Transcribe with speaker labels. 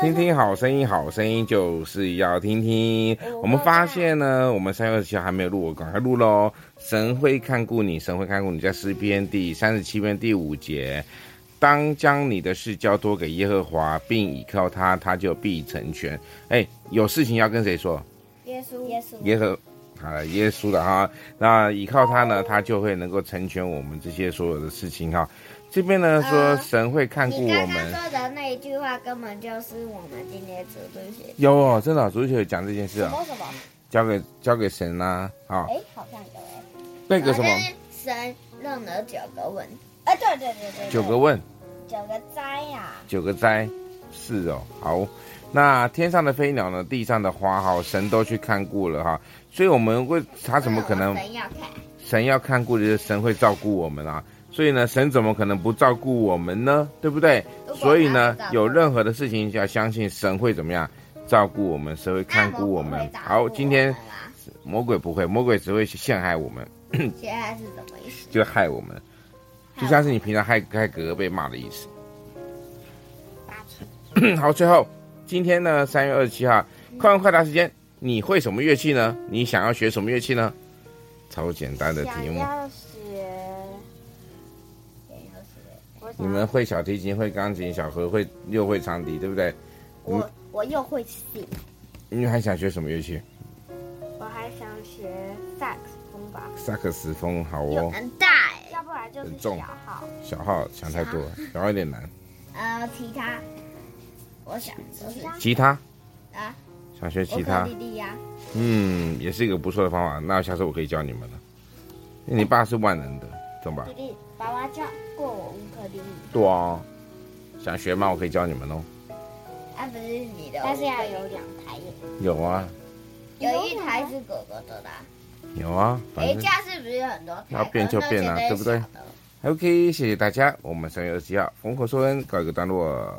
Speaker 1: 听听好声音，好声音就是要听听。
Speaker 2: 哎
Speaker 1: 我们发现呢，我们三月二十七号还没有录，我赶快录喽。神会看顾你，神会看顾你，在诗篇第三十七篇第五节，当将你的事交托给耶和华，并倚靠他，他就必成全。哎，有事情要跟谁说？
Speaker 2: 耶稣，耶稣，
Speaker 1: 耶和好了，耶稣了哈。那依靠他呢，他就会能够成全我们这些所有的事情哈。这边呢说
Speaker 2: 呃
Speaker 1: 神会看顾
Speaker 2: 你
Speaker 1: 我
Speaker 2: 刚
Speaker 1: 们
Speaker 2: 刚，说的那一句话，根本就是我们今天主日学。
Speaker 1: 有哦，真的、哦，主持人有讲这件事
Speaker 2: 什
Speaker 1: 啊、
Speaker 2: 么什么？
Speaker 1: 交给交给神啦、啊，好，
Speaker 2: 哎，好像有哎。
Speaker 1: 那个什么
Speaker 2: 然后就是神问了九个问，哎，对对对对，对
Speaker 1: 九个问
Speaker 2: 九个灾啊呀。
Speaker 1: 九个灾，是哦，好。那天上的飞鸟呢，地上的花哈，神都去看顾了哈，所以我们会他怎么可能
Speaker 2: 神要看？
Speaker 1: 神要看顾的是神会照顾我们啊，所以呢，神怎么可能不照顾我们呢？对不对？
Speaker 2: 如果
Speaker 1: 所以呢
Speaker 2: 他不照，顾
Speaker 1: 有任何的事情就要相信神会怎么样照顾我们，神会看顾我们。好，
Speaker 2: 啊
Speaker 1: 今天魔鬼不会，魔鬼只会陷害我们，
Speaker 2: 现在是怎么意思？
Speaker 1: 就害我们，就像是你平常害害哥哥被骂的意思。 好，最后今天呢，三月二十七号，快问快答时间，你会什么乐器呢？你想要学什么乐器呢？超简单的题
Speaker 3: 想
Speaker 1: 目。
Speaker 3: 要学，我
Speaker 1: 你
Speaker 3: 想
Speaker 1: 们会小提琴，会钢琴，小何会又会长笛，对不对？嗯
Speaker 3: 我我又会戏，
Speaker 1: 你还想学什么乐器？
Speaker 3: 我还想学萨克斯风吧，
Speaker 1: 萨克斯风，好
Speaker 2: 有
Speaker 1: 哦。
Speaker 2: 很大哎，
Speaker 3: 要不然就是
Speaker 1: 很重
Speaker 3: 小号。
Speaker 1: 小号想太多，小号有点难。
Speaker 2: 呃，其他，我想就是
Speaker 1: 吉他
Speaker 2: 啊，
Speaker 1: 想学吉
Speaker 2: 我可
Speaker 1: 他
Speaker 2: 丽，丽呀，
Speaker 1: 嗯，也是一个不错的方法。那下次我可以教你们了。因为你爸是万能的，懂吧
Speaker 3: 弟？弟，爸爸教过我乌克丽丽，
Speaker 1: 对啊，想学吗？我可以教你们哦。
Speaker 2: 啊不是你的，
Speaker 3: 但是要有两台耶。
Speaker 1: 有啊，
Speaker 2: 有一台是哥哥的啦。
Speaker 1: 有啊，反
Speaker 2: 哎，
Speaker 1: 正
Speaker 2: 家是不是有很多台？
Speaker 1: 要变就变
Speaker 2: 而
Speaker 1: 啊
Speaker 2: 那些都是
Speaker 1: 对不对
Speaker 2: 小的
Speaker 1: OK，谢谢大家，我们三月二十七号《烽火说恩》告一个段落。